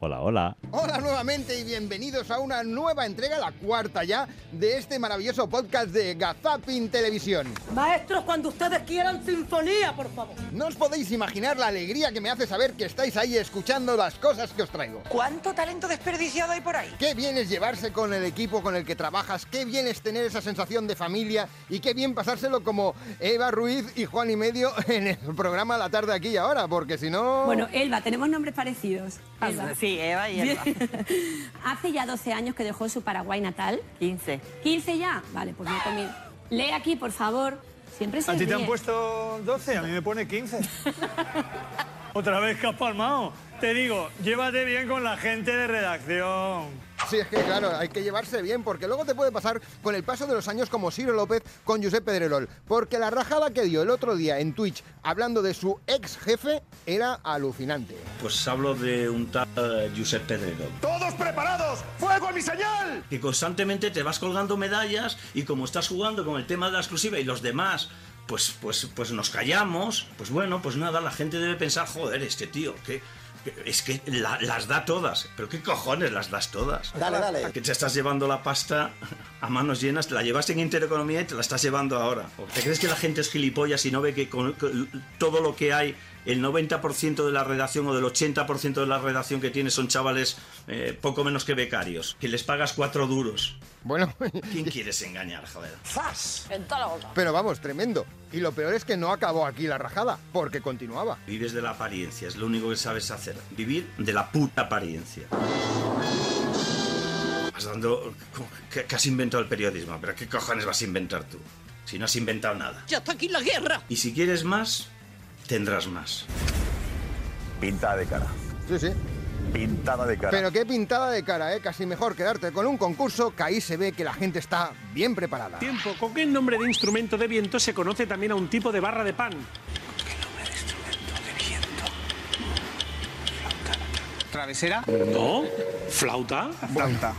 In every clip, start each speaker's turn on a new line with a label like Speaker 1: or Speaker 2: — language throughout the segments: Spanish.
Speaker 1: Hola, hola.
Speaker 2: Hola nuevamente y bienvenidos a una nueva entrega, la cuarta ya, de este maravilloso podcast de Gazapin Televisión.
Speaker 3: Maestros, cuando ustedes quieran sinfonía, por favor.
Speaker 2: No os podéis imaginar la alegría que me hace saber que estáis ahí escuchando las cosas que os traigo.
Speaker 4: ¿Cuánto talento desperdiciado hay por ahí?
Speaker 2: Qué bien es llevarse con el equipo con el que trabajas, qué bien es tener esa sensación de familia y qué bien pasárselo como Eva Ruiz y Juan y Medio en el programa La Tarde Aquí y Ahora, porque si no...
Speaker 5: Bueno, Elba, tenemos nombres parecidos. Elba.
Speaker 4: Sí, Eva y Eva.
Speaker 5: Hace ya 12 años que dejó su Paraguay natal.
Speaker 4: 15.
Speaker 5: ¿15 ya? Vale, pues no comí. Lee aquí, por favor. Siempre se
Speaker 6: A ti te han
Speaker 5: ríe.
Speaker 6: puesto 12, a mí me pone 15. Otra vez que has palmado. Te digo, llévate bien con la gente de redacción.
Speaker 2: Sí, es que claro, hay que llevarse bien, porque luego te puede pasar con el paso de los años como Ciro López con Josep Pedrerol. Porque la rajada que dio el otro día en Twitch hablando de su ex jefe era alucinante.
Speaker 7: Pues hablo de un tal eh, Josep Pedrero.
Speaker 8: ¡Todos preparados! ¡Fuego a mi señal!
Speaker 7: Que constantemente te vas colgando medallas y como estás jugando con el tema de la exclusiva y los demás, pues, pues, pues nos callamos. Pues bueno, pues nada, la gente debe pensar, joder, este tío, que... que- Es que la- las da todas. ¿Pero qué cojones las das todas?
Speaker 2: Dale, dale.
Speaker 7: Que te estás llevando la pasta a manos llenas, te la llevaste en Intereconomía y te la estás llevando ahora. ¿O ¿Te crees que la gente es gilipollas y no ve que con, con todo lo que hay, el 90% de la redacción o del 80% de la redacción que tiene son chavales eh, poco menos que becarios? Que les pagas cuatro duros.
Speaker 2: Bueno,
Speaker 7: ¿Quién quieres engañar, joder?
Speaker 2: pero vamos, tremendo. Y lo peor es que no acabó aquí la rajada, porque continuaba.
Speaker 7: Vives de la apariencia, es lo único que sabes hacer. Vivir de la puta apariencia. Vas dando. ¿Qué, qué has inventado el periodismo? ¿Pero qué cojones vas a inventar tú? Si no has inventado nada.
Speaker 3: Ya está aquí la guerra.
Speaker 7: Y si quieres más, tendrás más.
Speaker 8: Pintada de cara.
Speaker 2: Sí, sí.
Speaker 8: Pintada de cara.
Speaker 2: Pero qué pintada de cara, ¿eh? Casi mejor quedarte con un concurso que ahí se ve que la gente está bien preparada.
Speaker 9: Tiempo. ¿Con qué nombre de instrumento de viento se conoce también a un tipo de barra de pan?
Speaker 10: Travesera.
Speaker 9: ¿No? ¿Flauta?
Speaker 10: Planta.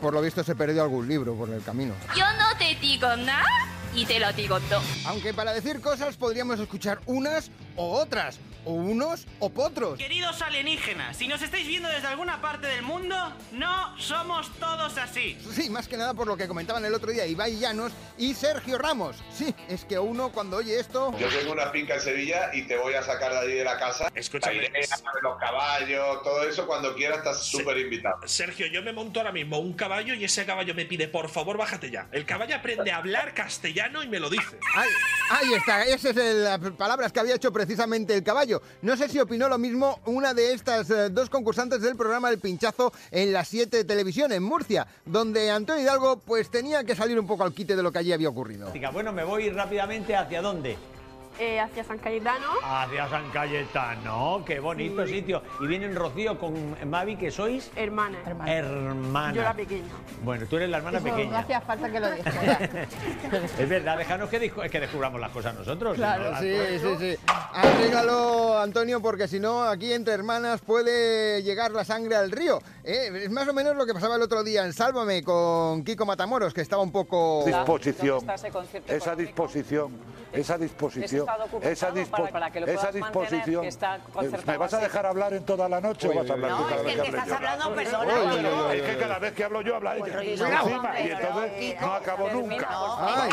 Speaker 2: Por lo visto se perdió algún libro por el camino.
Speaker 11: Yo no te digo nada y te lo digo todo.
Speaker 2: Aunque para decir cosas podríamos escuchar unas o otras, o unos o potros.
Speaker 4: Queridos alienígenas, si nos estáis viendo desde alguna parte del mundo, no somos todos así.
Speaker 2: Sí, más que nada por lo que comentaban el otro día Ibai Llanos y Sergio Ramos. Sí, es que uno cuando oye esto...
Speaker 8: Yo tengo una finca en Sevilla y te voy a sacar de allí de la casa.
Speaker 9: Escúchame.
Speaker 8: Iré a ver los caballos, todo eso, cuando quieras estás
Speaker 9: Sí.
Speaker 8: súper invitado.
Speaker 9: Sergio, yo me monto ahora mismo un caballo y ese caballo me pide, por favor, bájate ya. El caballo aprende a hablar castellano y me lo dice.
Speaker 2: Ahí, ahí está, esas son las palabras que había hecho precisamente el caballo. No sé si opinó lo mismo una de estas eh, dos concursantes del programa El Pinchazo en la 7 Televisión, en Murcia, donde Antonio Hidalgo pues tenía que salir un poco al quite de lo que allí había ocurrido.
Speaker 1: Bueno, me voy rápidamente hacia dónde?
Speaker 5: Eh, hacia San Cayetano.
Speaker 1: Hacia San Cayetano, qué bonito sitio. Y vienen Rocío con Mavi, que sois
Speaker 5: Hermana.
Speaker 1: hermana.
Speaker 5: pequeña.
Speaker 1: Bueno, tú eres la hermana pequeña.
Speaker 3: falta que lo dijeras.
Speaker 1: Es verdad, déjanos que, discu- que descubramos las cosas nosotros. si no las-
Speaker 2: Sí, sí, sí. Arréglalo, Antonio, porque si no, aquí entre hermanas puede llegar la sangre al río. ¿eh? Es más o menos lo que pasaba el otro día en Sálvame con Kiko Matamoros, que estaba un poco...
Speaker 8: Disposición.
Speaker 4: ¿Dónde está ese concierto
Speaker 8: Esa
Speaker 4: económico?
Speaker 8: disposición. Esa
Speaker 4: Ese
Speaker 8: disposición.
Speaker 4: estado ocupado
Speaker 8: Esa,
Speaker 4: para-
Speaker 8: dispo-
Speaker 4: para que lo
Speaker 8: esa
Speaker 4: puedas mantener,
Speaker 8: disposición. Eh,
Speaker 4: que está concertado
Speaker 8: ¿Me vas a
Speaker 4: así?
Speaker 8: dejar hablar en toda la noche o vas a hablar tú
Speaker 4: No,
Speaker 8: cada
Speaker 4: es
Speaker 8: vez
Speaker 4: que te
Speaker 8: hable
Speaker 4: estás
Speaker 8: yo?
Speaker 4: hablando Pues, a un
Speaker 2: Oye,
Speaker 4: personaje.
Speaker 2: oye,
Speaker 4: ¿no?
Speaker 2: oye,
Speaker 8: Es que cada vez que hablo yo habla ella. Encima, y entonces no acabó nunca.
Speaker 2: Ay,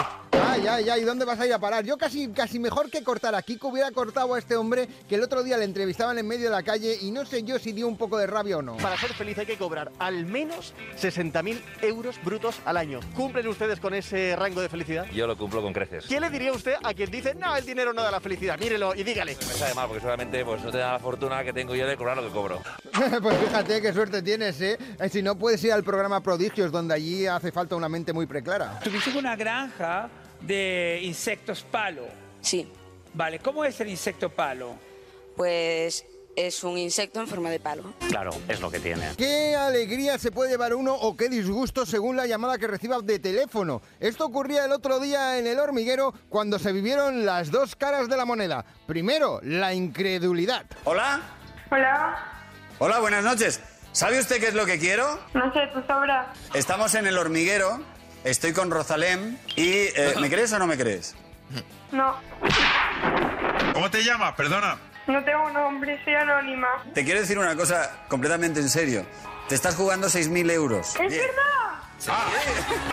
Speaker 2: ay, ay, ay, ¿dónde vas a ir a parar? Yo casi, casi mejor que cortar a Kiko hubiera cortado a este hombre que el otro día le entrevistaban en medio de la calle y no sé yo si dio un poco de rabia o no.
Speaker 10: Para ser feliz hay que cobrar al menos 60.000 euros brutos al año. ¿Cumplen ustedes con ese rango de felicidad?
Speaker 1: Yo lo cumplo con creces.
Speaker 10: ¿Qué le diría usted a quien dice, no, el dinero no da la felicidad? Mírelo y dígale.
Speaker 1: Me sale mal porque solamente pues, no te da la fortuna que tengo yo de cobrar lo que cobro.
Speaker 2: pues fíjate qué suerte tienes, ¿eh? Eh, Si no puedes ir al programa Prodigios, donde allí hace falta una mente muy preclara.
Speaker 9: Tuviste una granja de insectos palo.
Speaker 4: Sí,
Speaker 9: Vale, ¿cómo es el insecto palo?
Speaker 4: pues es un insecto en forma de palo.
Speaker 1: Claro, es lo que tiene.
Speaker 2: ¿Qué alegría se puede llevar uno o qué disgusto según la llamada que reciba de teléfono? Esto ocurría el otro día en el hormiguero cuando se vivieron las dos caras de la moneda. Primero, la incredulidad.
Speaker 8: Hola.
Speaker 11: Hola,
Speaker 8: Hola, buenas noches. ¿Sabe usted qué es lo que quiero?
Speaker 7: pues
Speaker 11: no sé, tú sabrás.
Speaker 8: Estamos en el hormiguero
Speaker 10: Estoy con Rosalén y... eh, ¿Me crees o no me crees?
Speaker 7: No,
Speaker 10: ¿Cómo te llamas? Perdona.
Speaker 7: no tengo nombre, soy anónima.
Speaker 10: Te quiero decir una cosa completamente en serio. Te estás jugando 6.000 euros.
Speaker 7: ¡Es verdad!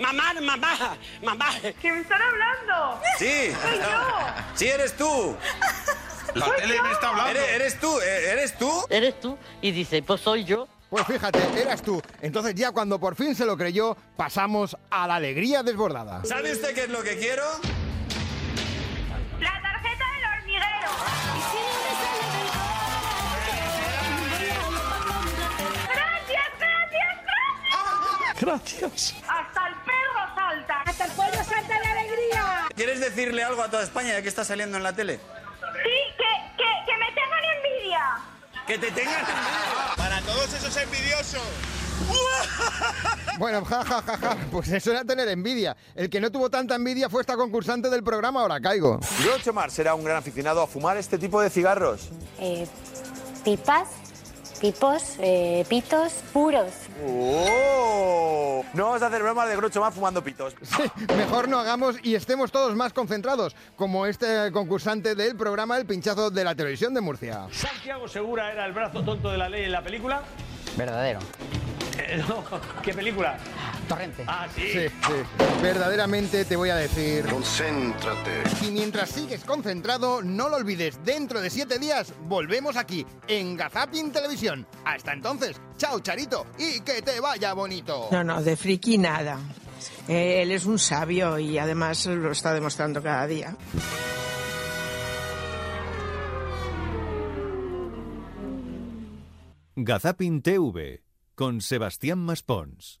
Speaker 12: Mamá, mamá, mamá.
Speaker 7: ¡Que me están hablando!
Speaker 10: Sí.
Speaker 7: ¡Soy yo!
Speaker 10: Sí, eres tú.
Speaker 7: La Soy tele yo. me está hablando.
Speaker 10: Eres, eres tú, eh, eres tú.
Speaker 2: Eres tú. Y dice, pues soy yo. Pues fíjate, eras tú. Entonces ya cuando por fin se lo creyó, pasamos a la alegría desbordada.
Speaker 10: ¿Sabe usted qué es lo que quiero?
Speaker 7: ¡La tarjeta del hormiguero! ¡Gracias, gracias, gracias!
Speaker 10: Gracias.
Speaker 7: ¡Hasta el perro salta! ¡Hasta el pueblo salta de alegría!
Speaker 10: ¿Quieres decirle algo a toda España ya que está saliendo en la tele?
Speaker 7: Sí, que, que, que me tengan envidia.
Speaker 10: Que te tengan
Speaker 7: Para todos esos envidiosos.
Speaker 2: Bueno, ja, ja, ja, ja, pues eso era tener envidia. El que no tuvo tanta envidia fue esta concursante del programa, ahora caigo.
Speaker 13: Yo, Mar será un gran aficionado a fumar este tipo de cigarros.
Speaker 14: Eh, pipas, pipos, eh, pitos puros.
Speaker 13: ¡Oh! No vas a hacer broma de Groucho Mar fumando pitos.
Speaker 2: Mejor no hagamos y estemos todos más concentrados, como este concursante del programa El Pinchazo de la Televisión de Murcia.
Speaker 9: ¿Santiago Segura era el brazo tonto de la ley en la película?
Speaker 2: Verdadero.
Speaker 9: Eh, no, ¿qué película?
Speaker 2: Torrente.
Speaker 9: Ah, sí.
Speaker 2: Sí, sí. Verdaderamente te voy a decir. Concéntrate. Y mientras sigues concentrado, no lo olvides, dentro de siete días volvemos aquí, en Gazapin Televisión. Hasta entonces, chao Charito y que te vaya bonito.
Speaker 15: No, no, de friki nada. Eh, él es un sabio y además lo está demostrando cada día.
Speaker 16: Gazapin TV con Sebastián Maspons.